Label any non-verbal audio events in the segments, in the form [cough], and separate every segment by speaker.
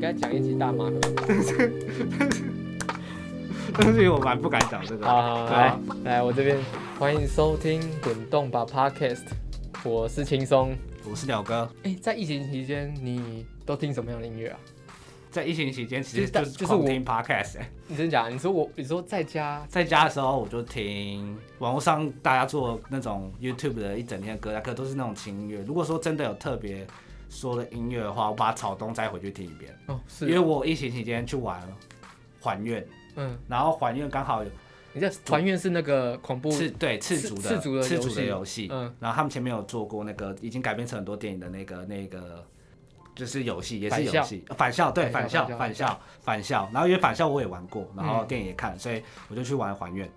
Speaker 1: 敢讲一集大麻的。
Speaker 2: [laughs] 但是我蛮不敢讲这个。
Speaker 1: 好好，好
Speaker 2: 对
Speaker 1: 来
Speaker 2: 啊
Speaker 1: 来，我这边欢迎收听《滚动吧 Podcast》，我是轻松。
Speaker 2: 我是鸟哥，
Speaker 1: 哎、在疫情期间，你都听什么样的音乐啊？
Speaker 2: 在疫情期间其
Speaker 1: 就
Speaker 2: 实
Speaker 1: 是大
Speaker 2: 就
Speaker 1: 就是是
Speaker 2: 狂
Speaker 1: 我
Speaker 2: 听 podcast，欸、
Speaker 1: 你真假的？你说我，你说在家
Speaker 2: 在家的时候我就听网络上大家做那种 YouTube 的一整天的歌单，可都是那种轻音乐。如果说真的有特别说的音乐的话，我把草东再回去听一遍，
Speaker 1: 哦，
Speaker 2: 因为
Speaker 1: 是，
Speaker 2: 我疫情期间去玩还愿，
Speaker 1: 嗯，
Speaker 2: 然后还愿刚好有
Speaker 1: 你在还原是那个恐怖，
Speaker 2: 赤对赤
Speaker 1: 赤
Speaker 2: 足
Speaker 1: 赤足
Speaker 2: 的
Speaker 1: 的游
Speaker 2: 足的
Speaker 1: 戏
Speaker 2: 游戏，
Speaker 1: 嗯，
Speaker 2: 然后他们前面有做过那个已经改编成很多电影的那个那个，就是游戏也是
Speaker 1: 返
Speaker 2: 游
Speaker 1: 校
Speaker 2: 戏，呃返校对
Speaker 1: 返
Speaker 2: 返
Speaker 1: 校嗯返
Speaker 2: 校返校返校，然后因为返校我也玩过，然后电影也看，所以我就去玩还愿，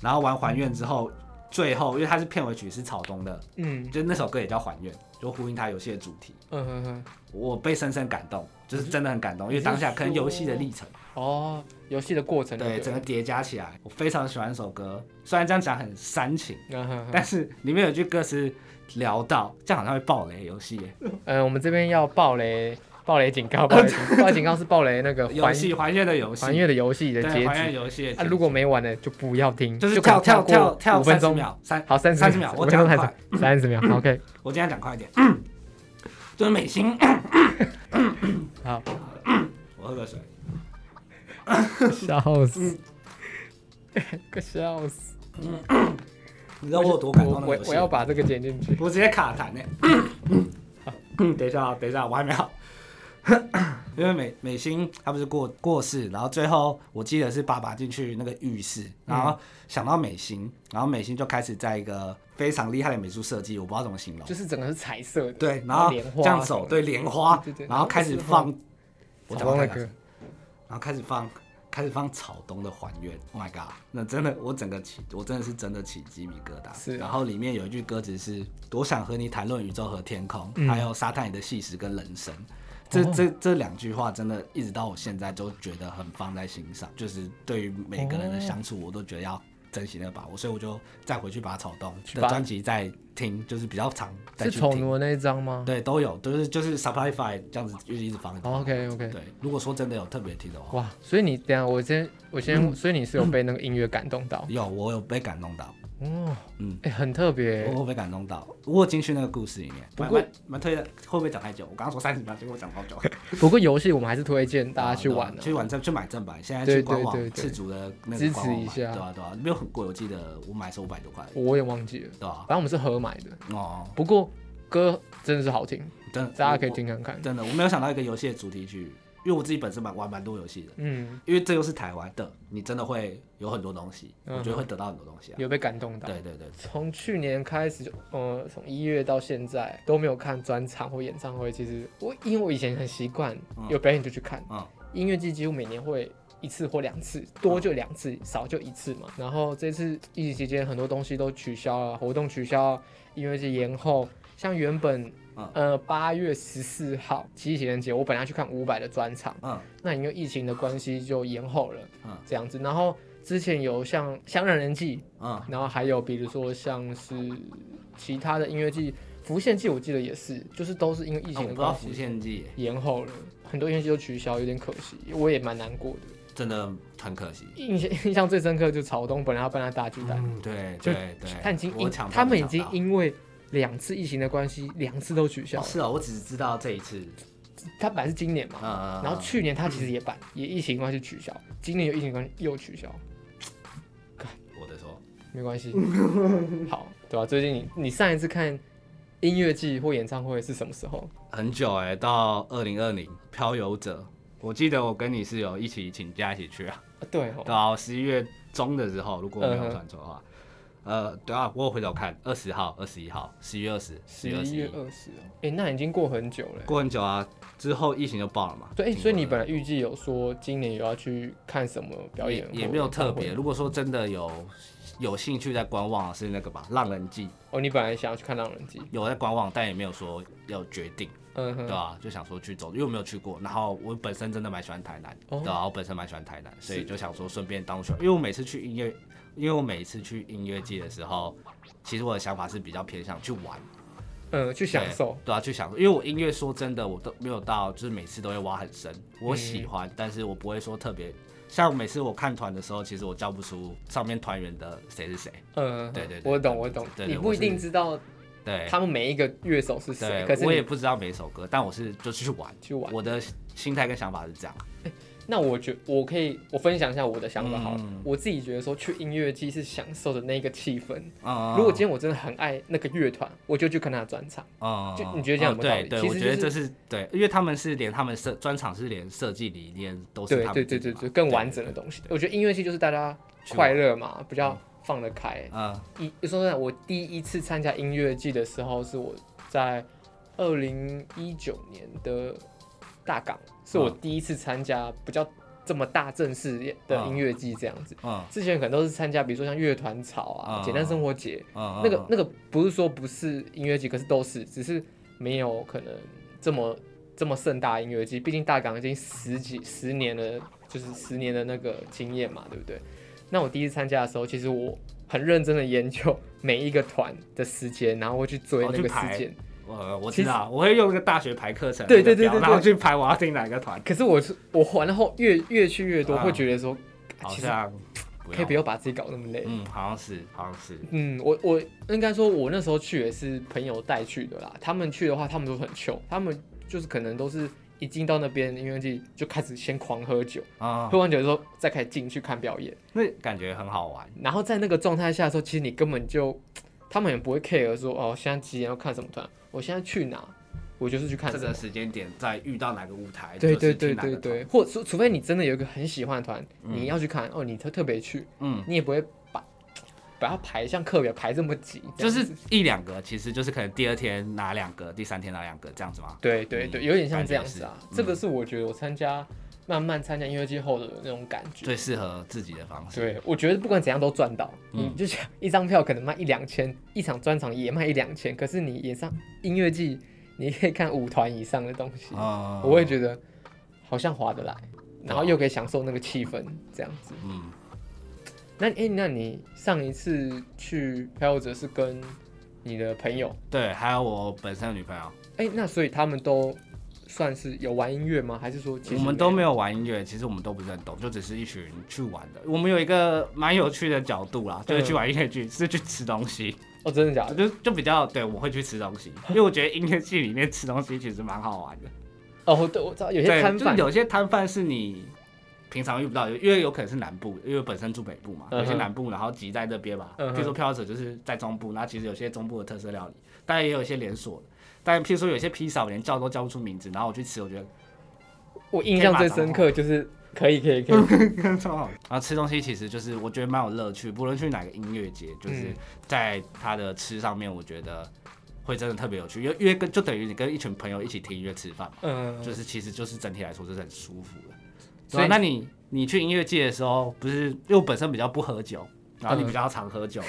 Speaker 2: 然后玩还愿之后，最后因为它是片尾曲是草东的，
Speaker 1: 嗯
Speaker 2: 就那首歌也叫还愿，就呼应它游戏的主题，
Speaker 1: 嗯嗯嗯，
Speaker 2: 我被深深感动，就是真的很感动，因
Speaker 1: 你
Speaker 2: 为
Speaker 1: 是
Speaker 2: 当下可能
Speaker 1: 说
Speaker 2: 游戏的历程，
Speaker 1: 哦，游戏的过程
Speaker 2: 对
Speaker 1: 就
Speaker 2: 整
Speaker 1: 了
Speaker 2: 个叠加起来，我非常喜欢这首歌，虽然这样讲很煽情。
Speaker 1: 嗯哼哼，
Speaker 2: 但是里面有句歌词聊到，这样好像会爆雷游戏耶，
Speaker 1: 呃，我们这边要爆雷，爆雷警告，爆雷警告，爆雷警告是爆雷那个
Speaker 2: 哦游
Speaker 1: 还
Speaker 2: 戏还愿的游戏，
Speaker 1: 还原的游戏的
Speaker 2: 对还
Speaker 1: 结
Speaker 2: 愿
Speaker 1: 局。
Speaker 2: 游戏的结
Speaker 1: 啊，
Speaker 2: 局
Speaker 1: 如果没玩的就不要听，
Speaker 2: 就是
Speaker 1: 可能
Speaker 2: 跳跳
Speaker 1: 过
Speaker 2: 跳跳
Speaker 1: 五分
Speaker 2: 30
Speaker 1: 钟，
Speaker 2: 秒，三，
Speaker 1: 好，三
Speaker 2: 30
Speaker 1: 十
Speaker 2: 秒
Speaker 1: 秒，
Speaker 2: 我
Speaker 1: 五分钟
Speaker 2: 讲
Speaker 1: 三
Speaker 2: 快嗯
Speaker 1: 十三十秒，OK，
Speaker 2: 我今天讲快一点，嗯就是美心， [coughs]
Speaker 1: 好，
Speaker 2: 我喝个水，
Speaker 1: 笑死，
Speaker 2: 嗯
Speaker 1: 快 [laughs] 笑死！
Speaker 2: 你知道我有多感
Speaker 1: 我
Speaker 2: 动的
Speaker 1: 我
Speaker 2: 游戏
Speaker 1: 我要把这个剪进去。
Speaker 2: 我直接卡痰呢。 [coughs] 嗯，等一下啊，等一下，我还没好。 [coughs] 因为美美心她不是过过世，然后最后我记得是爸爸进去那个浴室，然
Speaker 1: 嗯
Speaker 2: 后想到美心，然后美心就开始在一个非常厉害的美术设计，我不知道怎么形容
Speaker 1: 就，是整个是彩色的，
Speaker 2: 对，然后
Speaker 1: 莲花
Speaker 2: 这样走，对莲花
Speaker 1: 对对，对
Speaker 2: 然后开始放，我
Speaker 1: 草
Speaker 2: 讲话
Speaker 1: 东
Speaker 2: 太
Speaker 1: 的
Speaker 2: 大声
Speaker 1: 歌，
Speaker 2: 然后开始放，开始放草东的还愿，Oh my god，那真的我整个起，我真的是真的起鸡皮疙瘩。
Speaker 1: 是
Speaker 2: 然后里面有一句歌词是“多想和你谈论宇宙和天空，
Speaker 1: 嗯
Speaker 2: 还有沙滩里的细石跟人生”这。
Speaker 1: 哦
Speaker 2: 这这两句话真的一直到我现在都觉得很放在心上，就是对于每个人的相处，我都觉得要珍惜那个把握，所以我就再回去把草东
Speaker 1: 去
Speaker 2: 的
Speaker 1: 把
Speaker 2: 专辑再听，就是比较长再
Speaker 1: 是
Speaker 2: 去
Speaker 1: 丑
Speaker 2: 听。
Speaker 1: 奴的那一张吗？
Speaker 2: 对，都有，就是就是 Spotify 这样子就一直放。
Speaker 1: o k 哦 OK，
Speaker 2: 对，如果说真的有特别听的话，
Speaker 1: 哇，所以你等一下我先我先，
Speaker 2: 嗯
Speaker 1: 所以你是有被那个音乐感动到，
Speaker 2: 有我有被感动到，
Speaker 1: 哦，
Speaker 2: 嗯，
Speaker 1: 哎，很特别
Speaker 2: 我，有被感动到，我有进去那个故事里面。
Speaker 1: 不
Speaker 2: 蛮
Speaker 1: 过
Speaker 2: 蛮蛮推的，会不会讲太久？我刚刚说三十秒，结果我讲好久。
Speaker 1: 不过游戏我们还是推荐 [laughs] 大家去玩
Speaker 2: 对啊
Speaker 1: 的，
Speaker 2: 去玩正去买正版，现在
Speaker 1: 对对
Speaker 2: 去官网
Speaker 1: 对对
Speaker 2: 赤足的那
Speaker 1: 支持
Speaker 2: 个官网
Speaker 1: 一
Speaker 2: 买，
Speaker 1: 下
Speaker 2: 对啊对啊，没有很贵，我记得我买是五百多块，
Speaker 1: 我也忘记了，
Speaker 2: 对吧
Speaker 1: 反？正我们是合买的，
Speaker 2: 哦，
Speaker 1: 不过歌真的是好听，
Speaker 2: 真的，
Speaker 1: 大家可以
Speaker 2: 我
Speaker 1: 听看看
Speaker 2: 我。真的，我没有想到一个游戏的主题曲，因为我自己本身蛮玩蛮多游戏的，
Speaker 1: 嗯，
Speaker 2: 因为这又是台湾的，你真的会有很多东西，
Speaker 1: 嗯
Speaker 2: 我觉得会得到很多东西啊。
Speaker 1: 有被感动到。
Speaker 2: 对对对，
Speaker 1: 从去年开始就，呃，从一月到现在都没有看专场或演唱会。其实我因为我以前很习惯
Speaker 2: 嗯
Speaker 1: 有表演就去看，
Speaker 2: 嗯
Speaker 1: 音乐季几乎每年会一次或两次，多就两次，少就一次嘛。然后这次疫情期间很多东西都取消了，活动取消了，音乐季延后。像原本
Speaker 2: 嗯
Speaker 1: 呃八月十四号七夕情人节，我本来要去看伍佰的专场，
Speaker 2: 嗯
Speaker 1: 那因为疫情的关系就延后了，
Speaker 2: 嗯
Speaker 1: 这样子。然后之前有像《香染人记》，
Speaker 2: 嗯
Speaker 1: 然后还有比如说像是其他的音乐季，浮现季我记得也是，就是都是因为疫
Speaker 2: 啊我
Speaker 1: 情
Speaker 2: 不
Speaker 1: 的
Speaker 2: 知道
Speaker 1: 关
Speaker 2: 浮
Speaker 1: 系
Speaker 2: 现记耶
Speaker 1: 延后了，很多音乐季都取消，有点可惜，我也蛮难过的。
Speaker 2: 真的很可惜。
Speaker 1: 印象印象最深刻就是草东本来要办他大巨蛋，
Speaker 2: 嗯，对
Speaker 1: 就
Speaker 2: 对对，
Speaker 1: 他已经
Speaker 2: 我
Speaker 1: 因
Speaker 2: 抢到
Speaker 1: 他们
Speaker 2: 没
Speaker 1: 已
Speaker 2: 抢
Speaker 1: 经
Speaker 2: 到
Speaker 1: 因为两次疫情的关系，两次都取消
Speaker 2: 哦
Speaker 1: 了。
Speaker 2: 是啊，我只知道这一次，
Speaker 1: 他本来是今年嘛，
Speaker 2: 嗯，
Speaker 1: 哦然后去年他其实也办，也疫情关系取消，今年有疫情关系又取消，
Speaker 2: 我的说，
Speaker 1: 没关
Speaker 2: [laughs]
Speaker 1: 系。好，对吧、最近你你上一次看音乐季或演唱会是什么时候？
Speaker 2: 很久哎、到二零二零漂游者，我记得我跟你是有一起请假一起去啊，
Speaker 1: 啊对哦，
Speaker 2: 到十一月中的时候，如果我没
Speaker 1: 嗯
Speaker 2: 有
Speaker 1: 哼
Speaker 2: 算错的话，呃，对啊，我有回头看，二十号、二十一号、十一月二十、
Speaker 1: 十
Speaker 2: 一二
Speaker 1: 一
Speaker 2: 十
Speaker 1: 月二十哦，哎、那已经过很久了欸。
Speaker 2: 过很久啊，之后疫情就爆了嘛，
Speaker 1: 对，诶
Speaker 2: 挺
Speaker 1: 所以你
Speaker 2: 多的
Speaker 1: 本来预计有说今年有要去看什么表演
Speaker 2: 也也
Speaker 1: 或
Speaker 2: 没有
Speaker 1: 演唱
Speaker 2: 特
Speaker 1: 会
Speaker 2: 别，如果说真的有有兴趣在观望是那个吧，《浪人记》
Speaker 1: 哦，你本来想要去看《浪人记》，
Speaker 2: 有在观望，但也没有说要决定。
Speaker 1: 嗯
Speaker 2: 对
Speaker 1: 哼，
Speaker 2: 啊，就想说去走，因为我没有去过。然后我本身真的蛮喜欢台南，
Speaker 1: 哦
Speaker 2: 对啊，我本身蛮喜欢台南，所
Speaker 1: 是
Speaker 2: 以就想说顺便当选。因为我每次去音乐，因为我每次去音乐季的时候，其实我的想法是比较偏向去玩，
Speaker 1: 嗯去享受，
Speaker 2: 对啊，去享受。因为我音乐说真的，我都没有到，就是每次都会挖很深。我喜
Speaker 1: 嗯
Speaker 2: 欢，但是我不会说特别。像每次我看团的时候，其实我叫不出上面团员的谁是谁。
Speaker 1: 嗯，
Speaker 2: 对对对
Speaker 1: 我懂我懂，
Speaker 2: 对对
Speaker 1: 你不一
Speaker 2: 我是
Speaker 1: 定知道
Speaker 2: 对，
Speaker 1: 他们每一个乐手是谁，可
Speaker 2: 对，
Speaker 1: 是
Speaker 2: 我
Speaker 1: 你
Speaker 2: 也不知道每首歌，但我是就去玩。
Speaker 1: 去玩。
Speaker 2: 我的心态跟想法是这样。
Speaker 1: 那我觉我可以我分享一下我的想法好了，
Speaker 2: 嗯
Speaker 1: 我自己觉得说去音乐季是享受的那个气氛。
Speaker 2: 嗯
Speaker 1: 如果今天我真的很爱那个乐团，我就去看他的专场。
Speaker 2: 嗯，
Speaker 1: 就你觉得这样有没有道理
Speaker 2: 对对，
Speaker 1: 其
Speaker 2: 我
Speaker 1: 实
Speaker 2: 觉得
Speaker 1: 就
Speaker 2: 这是对，因为他们是连他们设专场是连设计理念都是
Speaker 1: 对
Speaker 2: 他们
Speaker 1: 对对
Speaker 2: 自己
Speaker 1: 对
Speaker 2: 嘛
Speaker 1: 对，更完整的东西。我觉得音乐系就是大家
Speaker 2: 去玩
Speaker 1: 快乐嘛，比较放得开。
Speaker 2: 嗯
Speaker 1: 一说真的，我第一次参加音乐季的时候是我在二零一九年的大港，是我
Speaker 2: 嗯
Speaker 1: 第一次参加比较这么大正式的
Speaker 2: 嗯
Speaker 1: 音乐季这样子。
Speaker 2: 嗯
Speaker 1: 之前可能都是参加，比如说像乐团草啊、
Speaker 2: 嗯
Speaker 1: 简单生活节，
Speaker 2: 嗯，
Speaker 1: 那个
Speaker 2: 嗯
Speaker 1: 那个不是说不是音乐季，可是都是，只是没有可能这么这么盛大的音乐季。毕竟大港已经十几十年了，就是十年的那个经验嘛，对不对？那我第一次参加的时候，其实我很认真的研究每一个团的时间，然后会去追
Speaker 2: 哦
Speaker 1: 那
Speaker 2: 去
Speaker 1: 个
Speaker 2: 排
Speaker 1: 时间。
Speaker 2: 呃，我
Speaker 1: 其
Speaker 2: 知
Speaker 1: 实
Speaker 2: 道，我会用那个大学排课程
Speaker 1: 对
Speaker 2: 那
Speaker 1: 对
Speaker 2: 个
Speaker 1: 对
Speaker 2: 表
Speaker 1: 对
Speaker 2: 然后
Speaker 1: 对
Speaker 2: 去排我要听哪个团，
Speaker 1: 可是我是我玩后越越去越多，
Speaker 2: 啊
Speaker 1: 会觉得说，
Speaker 2: 好哦
Speaker 1: 其实
Speaker 2: 像
Speaker 1: 可以不
Speaker 2: 要，
Speaker 1: 要把自己搞那么累。
Speaker 2: 嗯，好像是好像是，
Speaker 1: 嗯，我我应该说，我那时候去也是朋友带去的啦。他们去的话，他们都很穷，他们就是可能都是一进到那边音乐季就开始先狂喝酒，
Speaker 2: 啊，
Speaker 1: 喝完酒之后再开始进去看表演。
Speaker 2: 那感觉很好玩，
Speaker 1: 然后在那个状态下的时候，其实你根本就，他们也不会 care 说哦，现在几点要看什么团，我现在去哪，我就是去看
Speaker 2: 这
Speaker 1: 什么
Speaker 2: 个。时间点在遇到哪个舞台，
Speaker 1: 对
Speaker 2: 就是
Speaker 1: 对
Speaker 2: 听
Speaker 1: 对
Speaker 2: 哪个
Speaker 1: 对
Speaker 2: 团，
Speaker 1: 对，或除除非你真的有一个很喜欢的团，你要去看哦，你特特别去，
Speaker 2: 嗯，
Speaker 1: 你也不会把把它排像课表排这么紧，这
Speaker 2: 就
Speaker 1: 样
Speaker 2: 是一两个，其实就是可能第二天拿两个，第三天拿两个这样子吗？
Speaker 1: 对对
Speaker 2: 嗯
Speaker 1: 对，有点像这样子啊
Speaker 2: 感觉。是嗯
Speaker 1: 这个是我觉得我参加慢慢参加音乐季后的那种感觉。
Speaker 2: 最适合自己的方式，
Speaker 1: 对，我觉得不管怎样都赚到。
Speaker 2: 嗯
Speaker 1: 你就想一张票可能卖一两千，一场专场也卖一两千，可是你演上音乐季，你可以看五团以上的东西，
Speaker 2: 嗯，
Speaker 1: 我会觉得好像划得来，然后
Speaker 2: 对啊
Speaker 1: 又可以享受那个气氛，这样子。
Speaker 2: 嗯，
Speaker 1: 那哎、诶那你上一次去漂游者是跟你的朋友？
Speaker 2: 对，还有我本身的女朋友，
Speaker 1: 哎、那所以他们都算是有玩音乐吗？还是说其实
Speaker 2: 我们
Speaker 1: 没
Speaker 2: 都
Speaker 1: 有
Speaker 2: 没有玩音乐，其实我们都不是很懂，就只是一群去玩的。我们有一个蛮有趣的角度
Speaker 1: 嗯
Speaker 2: 啦，就是去玩音乐剧是去吃东西，啊
Speaker 1: 哦，真的假的？
Speaker 2: 就就比较对，我会去吃东西，因为我觉得音乐剧里面吃东西其实蛮好玩的。
Speaker 1: 哦，对，我知道有些
Speaker 2: 对，
Speaker 1: 摊
Speaker 2: 就是
Speaker 1: 贩，
Speaker 2: 有些摊贩是你平常遇不到，因为有可能是南部，因为本身住北部嘛，
Speaker 1: 嗯哼
Speaker 2: 有些南部然后集在这边嘛。
Speaker 1: 嗯哼
Speaker 2: 譬如说漂流者就是在中部，那其实有些中部的特色料理，当然也有一些连锁的。但譬如说有些披萨，我连叫都叫不出名字，然后我去吃，我觉得 [laughs]
Speaker 1: 我印象最深刻就是可以可以可以，
Speaker 2: 超好。然后吃东西其实就是我觉得蛮有乐趣，不论去哪个音乐节，就是
Speaker 1: 嗯
Speaker 2: 在它的吃上面，我觉得会真的特别有趣，因为因为跟就等于你跟一群朋友一起听音乐吃饭嘛，
Speaker 1: 嗯，
Speaker 2: 就是其实就是整体来说就是很舒服的。
Speaker 1: 所
Speaker 2: 所
Speaker 1: 以
Speaker 2: 啊以那你你去音乐季的时候，不是因为我本身比较不喝酒，然后你
Speaker 1: 嗯
Speaker 2: 比较常喝 [laughs] 酒，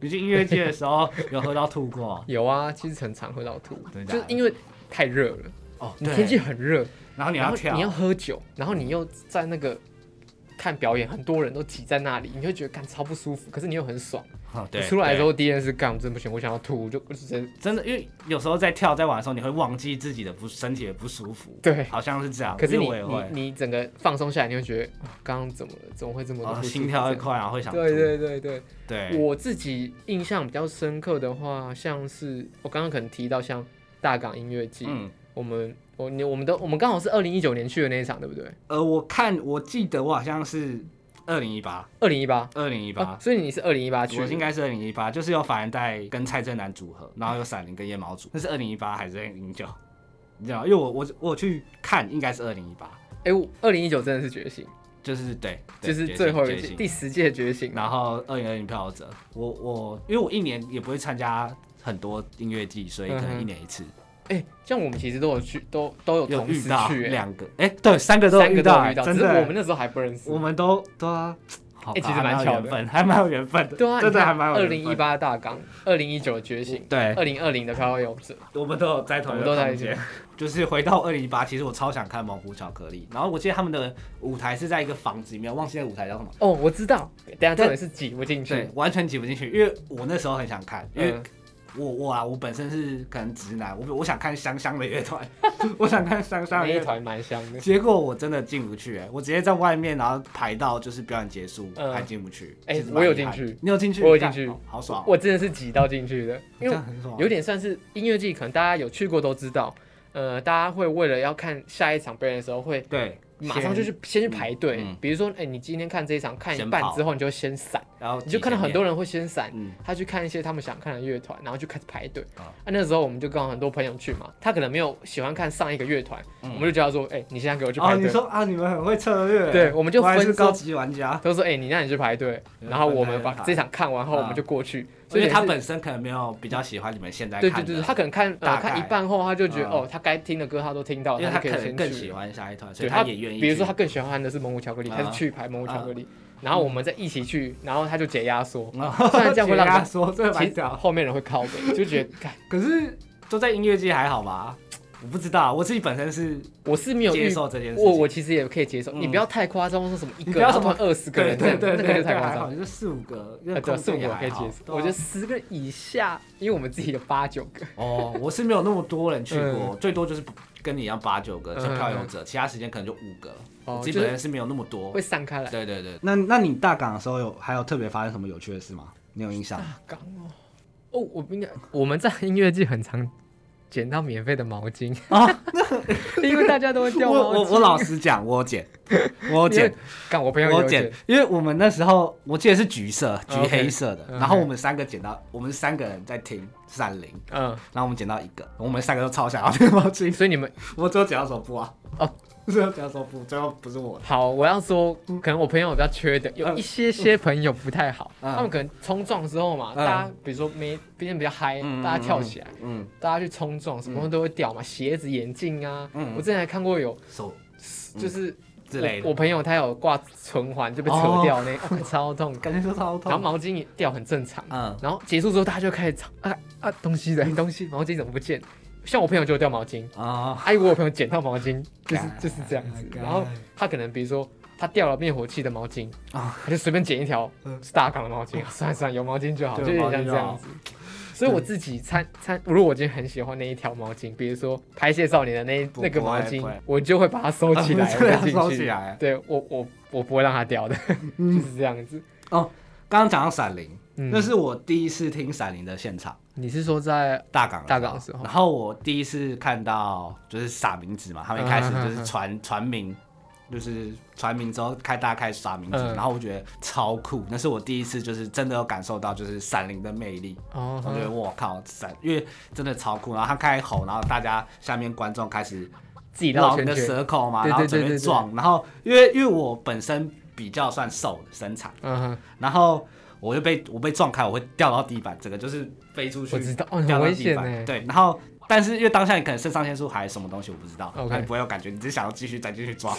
Speaker 2: 你去音乐季的时候有喝到吐过？
Speaker 1: 有啊，其实很常喝到吐，
Speaker 2: 真的假
Speaker 1: 就
Speaker 2: 的
Speaker 1: 是因为太热了，
Speaker 2: 哦，
Speaker 1: 你
Speaker 2: 对，
Speaker 1: 天气很热，
Speaker 2: 然后你
Speaker 1: 然
Speaker 2: 要
Speaker 1: 后
Speaker 2: 跳，
Speaker 1: 你要喝酒，然后你又在那个看表演，很多人都挤在那里，你会觉得干超不舒服，可是你又很爽。
Speaker 2: 哦
Speaker 1: 你
Speaker 2: 对，
Speaker 1: 出来的时
Speaker 2: 对
Speaker 1: 候第一件事干，我真不行，我想要吐，我就我就直接
Speaker 2: 真的，因为有时候在跳在玩的时候，你会忘记自己的不身体的不舒服。
Speaker 1: 对。
Speaker 2: 好像是这样。
Speaker 1: 可是
Speaker 2: 因
Speaker 1: 你
Speaker 2: 为我也
Speaker 1: 你
Speaker 2: 会，
Speaker 1: 你整个放松下来，你会觉得哦刚刚怎么了？怎么会这么
Speaker 2: 哦
Speaker 1: 多不舒服
Speaker 2: 心跳会快啊，会想吐
Speaker 1: 对对对对。
Speaker 2: 对，
Speaker 1: 我自己印象比较深刻的话，像是我刚刚可能提到像大港音乐季，
Speaker 2: 嗯，
Speaker 1: 我们我你我们都我们刚好是二零一九年去的那一场，对不对？
Speaker 2: 呃，我看我记得我好像是二零一八，
Speaker 1: 二零一八，
Speaker 2: 二零一
Speaker 1: 啊
Speaker 2: 八，
Speaker 1: 所以你是二零一八去
Speaker 2: 我
Speaker 1: 的，
Speaker 2: 应该是二零一八，就是有法兰黛跟蔡正南组合，然后有闪灵跟夜猫组，那是二零一八还是二零零九？你知道吗，因为我我我有去看，应该是二零一八，
Speaker 1: 哎，二零一九真的是觉醒，
Speaker 2: 就是对，
Speaker 1: 就
Speaker 2: 对
Speaker 1: 是
Speaker 2: 决
Speaker 1: 最
Speaker 2: 心
Speaker 1: 后
Speaker 2: 决
Speaker 1: 一届
Speaker 2: 心
Speaker 1: 第十届觉醒，
Speaker 2: 然后二零二零漂流者，我我因为我一年也不会参加很多音乐季，所以可
Speaker 1: 嗯
Speaker 2: 能
Speaker 1: 哼
Speaker 2: 一年一次，
Speaker 1: 哎，像我们其实都有去，都都有
Speaker 2: 有
Speaker 1: 同
Speaker 2: 遇
Speaker 1: 时
Speaker 2: 到
Speaker 1: 去，哎，
Speaker 2: 两个，哎，对，三个都有
Speaker 1: 三个都
Speaker 2: 到，
Speaker 1: 有
Speaker 2: 哎
Speaker 1: 遇到，
Speaker 2: 真
Speaker 1: 只是
Speaker 2: 的，
Speaker 1: 我们那时候还不认识
Speaker 2: 我。们都对啊，好
Speaker 1: 欸
Speaker 2: 吧
Speaker 1: 其实蛮
Speaker 2: 还有
Speaker 1: 巧的
Speaker 2: 缘分，还蛮有缘分的，
Speaker 1: 对啊，
Speaker 2: 真的还蛮有
Speaker 1: 二
Speaker 2: 缘
Speaker 1: 零一
Speaker 2: 分。
Speaker 1: 八大纲，二零一九觉醒，
Speaker 2: 对，
Speaker 1: 二零二零的漂游者，
Speaker 2: 我们都有在同一个
Speaker 1: 我们都在
Speaker 2: 空
Speaker 1: 一起
Speaker 2: 间。 [laughs] 就是回到二零一八，其实我超想看猛虎巧克力，然后我记得他们的舞台是在一个房子里面，忘记那舞台叫什么，
Speaker 1: 哦，我知道，等一下重点是挤不进去
Speaker 2: 对，，完全挤不进去，因为我那时候很想看，因为
Speaker 1: 嗯
Speaker 2: 我我啊，我本身是可能直男，我我想看香香的乐团， [laughs] 我想看香香
Speaker 1: 那
Speaker 2: 的
Speaker 1: 一
Speaker 2: 乐团，
Speaker 1: 团蛮香的。
Speaker 2: 结果我真的进不去、哎，我直接在外面，然后排到就是表演结束，
Speaker 1: 嗯
Speaker 2: 还进不去。
Speaker 1: 哎
Speaker 2: 其实蛮
Speaker 1: 我有
Speaker 2: 遗憾
Speaker 1: 进去
Speaker 2: 你有进去，
Speaker 1: 我有
Speaker 2: 干
Speaker 1: 进去
Speaker 2: 好好爽哦，
Speaker 1: [laughs] 我真的是挤到进去的，因
Speaker 2: 这
Speaker 1: 为
Speaker 2: 样很啊爽，
Speaker 1: 有点算是音乐季，可能大家有去过都知道。呃，大家会为了要看下一场表演的时候，会
Speaker 2: 对，
Speaker 1: 马上就
Speaker 2: 先，
Speaker 1: 去先去排队。
Speaker 2: 嗯
Speaker 1: 比如说，哎、你今天看这一场看一
Speaker 2: 先
Speaker 1: 半
Speaker 2: 跑
Speaker 1: 之后，你就先闪，
Speaker 2: 然后
Speaker 1: 你就看到很多人会先闪，
Speaker 2: 嗯
Speaker 1: 他去看一些他们想看的乐团，然后就开始排队。
Speaker 2: 啊
Speaker 1: 啊，那时候我们就跟很多朋友去嘛，他可能没有喜欢看上一个乐团，
Speaker 2: 嗯
Speaker 1: 我们就叫他说，哎、你现在给我去
Speaker 2: 哦，
Speaker 1: 排
Speaker 2: 你
Speaker 1: 队。
Speaker 2: 说啊，你们很会策略，
Speaker 1: 对，，我们就
Speaker 2: 我还
Speaker 1: 分
Speaker 2: 是
Speaker 1: 说
Speaker 2: 高，级玩家，
Speaker 1: 都说，哎、你那你去排队，
Speaker 2: 嗯
Speaker 1: 然后我
Speaker 2: 分
Speaker 1: 们
Speaker 2: 开
Speaker 1: 把
Speaker 2: 排
Speaker 1: 这场看完后，
Speaker 2: 啊
Speaker 1: 我们就过去。
Speaker 2: 因为
Speaker 1: 也
Speaker 2: 他
Speaker 1: 是
Speaker 2: 本身可能没有比较喜欢你们现在
Speaker 1: 对
Speaker 2: 看
Speaker 1: 对
Speaker 2: 的
Speaker 1: 对，他可能看
Speaker 2: 大
Speaker 1: 呃看一
Speaker 2: 概
Speaker 1: 半后，他就觉得
Speaker 2: 嗯
Speaker 1: 哦，他该听的歌他都听到，
Speaker 2: 因为
Speaker 1: 就
Speaker 2: 他
Speaker 1: 可以
Speaker 2: 可能
Speaker 1: 先去
Speaker 2: 更
Speaker 1: 了
Speaker 2: 喜欢下一团，所
Speaker 1: 对
Speaker 2: 以
Speaker 1: 他
Speaker 2: 也愿意去。
Speaker 1: 比如说他更喜欢的是蒙古巧克力，
Speaker 2: 啊
Speaker 1: 他是去排蒙古巧克力，然后我们再一起去，然后他就解压缩，
Speaker 2: [laughs] 啊，
Speaker 1: 虽然这样会让
Speaker 2: 他
Speaker 1: 他 [laughs]
Speaker 2: 说这个
Speaker 1: 其
Speaker 2: 蛮
Speaker 1: 实
Speaker 2: 屌，
Speaker 1: 后面人会靠北，
Speaker 2: [laughs]
Speaker 1: 就觉得干
Speaker 2: 可是都在音乐界还好吧？我不知道，我自己本身是
Speaker 1: 我是没有
Speaker 2: 接
Speaker 1: 遇。
Speaker 2: 受这件事情。
Speaker 1: 我我其实也可以接受，
Speaker 2: 嗯
Speaker 1: 你不要太夸张，说什么一个
Speaker 2: 你不要
Speaker 1: 然后
Speaker 2: 什么
Speaker 1: 二十个
Speaker 2: 对
Speaker 1: 人
Speaker 2: 对对
Speaker 1: 那
Speaker 2: 对，
Speaker 1: 个就太夸
Speaker 2: 还好，
Speaker 1: 张。
Speaker 2: 就是四五个，
Speaker 1: 呃，对，四五个
Speaker 2: 也
Speaker 1: 我可
Speaker 2: 还
Speaker 1: 以接
Speaker 2: 好。啊
Speaker 1: 受，我觉得十个以下，因为我们自己有八九个，
Speaker 2: 哦，我是没有那么多人去过，最多就是跟你一样八九个，像
Speaker 1: 嗯
Speaker 2: 漂游者，其他时间可能就五个。
Speaker 1: 哦
Speaker 2: 我，自
Speaker 1: 就
Speaker 2: 己本
Speaker 1: 是
Speaker 2: 身是没有那么多
Speaker 1: 会。散开来。
Speaker 2: 对对对。那那你大港的时候有还有特别发生什么有趣的事吗？你有印象？
Speaker 1: 大纲哦，哦，我不应该， [laughs] 我们在音乐季很常捡到免费的毛巾
Speaker 2: 啊，
Speaker 1: [laughs] 因为大家都会
Speaker 2: 我
Speaker 1: 掉毛巾。
Speaker 2: 我我老实讲，我
Speaker 1: [laughs]
Speaker 2: 有捡，
Speaker 1: 因为
Speaker 2: 我有捡，
Speaker 1: 干我朋友
Speaker 2: 我
Speaker 1: 有
Speaker 2: 捡
Speaker 1: 捡，，
Speaker 2: 因为我们那时候我记得是橘色、橘
Speaker 1: OK，
Speaker 2: 黑色的，
Speaker 1: 嗯
Speaker 2: 然后我们三个捡到，我们三个人在听闪灵，
Speaker 1: 嗯，
Speaker 2: 然后我们捡到一个，我们三个都超想要这个毛巾， [laughs]
Speaker 1: 所以你们
Speaker 2: 我只有捡到手布啊，
Speaker 1: 哦，
Speaker 2: 只有捡到手布， [laughs] 最后不是我的，
Speaker 1: 好，我要说，可能我朋友比较缺的，有
Speaker 2: 嗯
Speaker 1: 一些些朋友不太好，
Speaker 2: 嗯
Speaker 1: 他们可能冲撞之后嘛，
Speaker 2: 嗯
Speaker 1: 大家比如说没，毕竟比较嗨
Speaker 2: 嗯，
Speaker 1: 大家跳起来，
Speaker 2: 嗯，
Speaker 1: 大家去冲撞，什么东西都会掉嘛，鞋子、眼镜啊
Speaker 2: 嗯，
Speaker 1: 我之前还看过有，
Speaker 2: 手
Speaker 1: 就是
Speaker 2: 之类
Speaker 1: 我我
Speaker 2: 的，
Speaker 1: 朋友他有挂唇环就被扯
Speaker 2: 哦
Speaker 1: 掉那，哦超痛，
Speaker 2: 感觉就超
Speaker 1: 然后
Speaker 2: 痛，
Speaker 1: 毛巾也掉很正常。
Speaker 2: 嗯，
Speaker 1: 然后结束之后，大家就开始找啊啊东西的东西，毛巾怎么不见？像我朋友就有掉毛巾，
Speaker 2: 啊，
Speaker 1: 哎、我有朋友捡到毛巾，就是
Speaker 2: 干
Speaker 1: 就是这样子。
Speaker 2: 干
Speaker 1: 然后他可能比如说他掉了灭火器的毛巾，
Speaker 2: 啊
Speaker 1: 他就随便捡一条
Speaker 2: 嗯
Speaker 1: 是大港的毛巾，算了算了有毛巾就好，就
Speaker 2: 对
Speaker 1: 有点
Speaker 2: 毛
Speaker 1: 像
Speaker 2: 巾就
Speaker 1: 这样子。所以我自己参参，如果我今天很喜欢那一条毛巾，比如说《拍谢少年》的那
Speaker 2: 不
Speaker 1: 那个
Speaker 2: 不
Speaker 1: 毛
Speaker 2: 会
Speaker 1: 巾
Speaker 2: 不会，
Speaker 1: 我就会把它收起来，
Speaker 2: 啊
Speaker 1: 我
Speaker 2: 对
Speaker 1: 再
Speaker 2: 啊
Speaker 1: 进去
Speaker 2: 收起来
Speaker 1: 对我我我不会让它
Speaker 2: [laughs]
Speaker 1: 掉的，就是这样子。
Speaker 2: 哦刚刚讲到闪灵，
Speaker 1: 嗯
Speaker 2: 那是我第一次听闪灵的现场。
Speaker 1: 你是说在
Speaker 2: 大港的
Speaker 1: 大港的时候
Speaker 2: 然后我第一次看到就是撒名字嘛，他们一开始就是传传名，就是传名之后开大家开始撒名字，
Speaker 1: 嗯
Speaker 2: 然后我觉得超酷，那是我第一次就是真的有感受到就是闪灵的魅力，
Speaker 1: 哦
Speaker 2: 我觉得我靠闪，因为真的超酷，然后他开吼，然后大家下面观众开始
Speaker 1: 自己绕
Speaker 2: 绕
Speaker 1: 圈
Speaker 2: 你的
Speaker 1: 圈，
Speaker 2: 舌口嘛，
Speaker 1: 对对
Speaker 2: 然后
Speaker 1: 对
Speaker 2: 准备
Speaker 1: 对对
Speaker 2: 撞，然后因为因为我本身比较算瘦的身材，
Speaker 1: 嗯哼，
Speaker 2: 然后。我就被我被撞开，我会掉到地板，整个就是飞出去，
Speaker 1: 我知道，哦，
Speaker 2: 掉
Speaker 1: 很
Speaker 2: 到
Speaker 1: 危
Speaker 2: 地
Speaker 1: 险
Speaker 2: 板。
Speaker 1: 呢。
Speaker 2: 对，然后但是因为当下你可能肾上腺素还是什么东西，我不知道
Speaker 1: OK
Speaker 2: 那你不会有感觉，你只是想要继续再继续抓。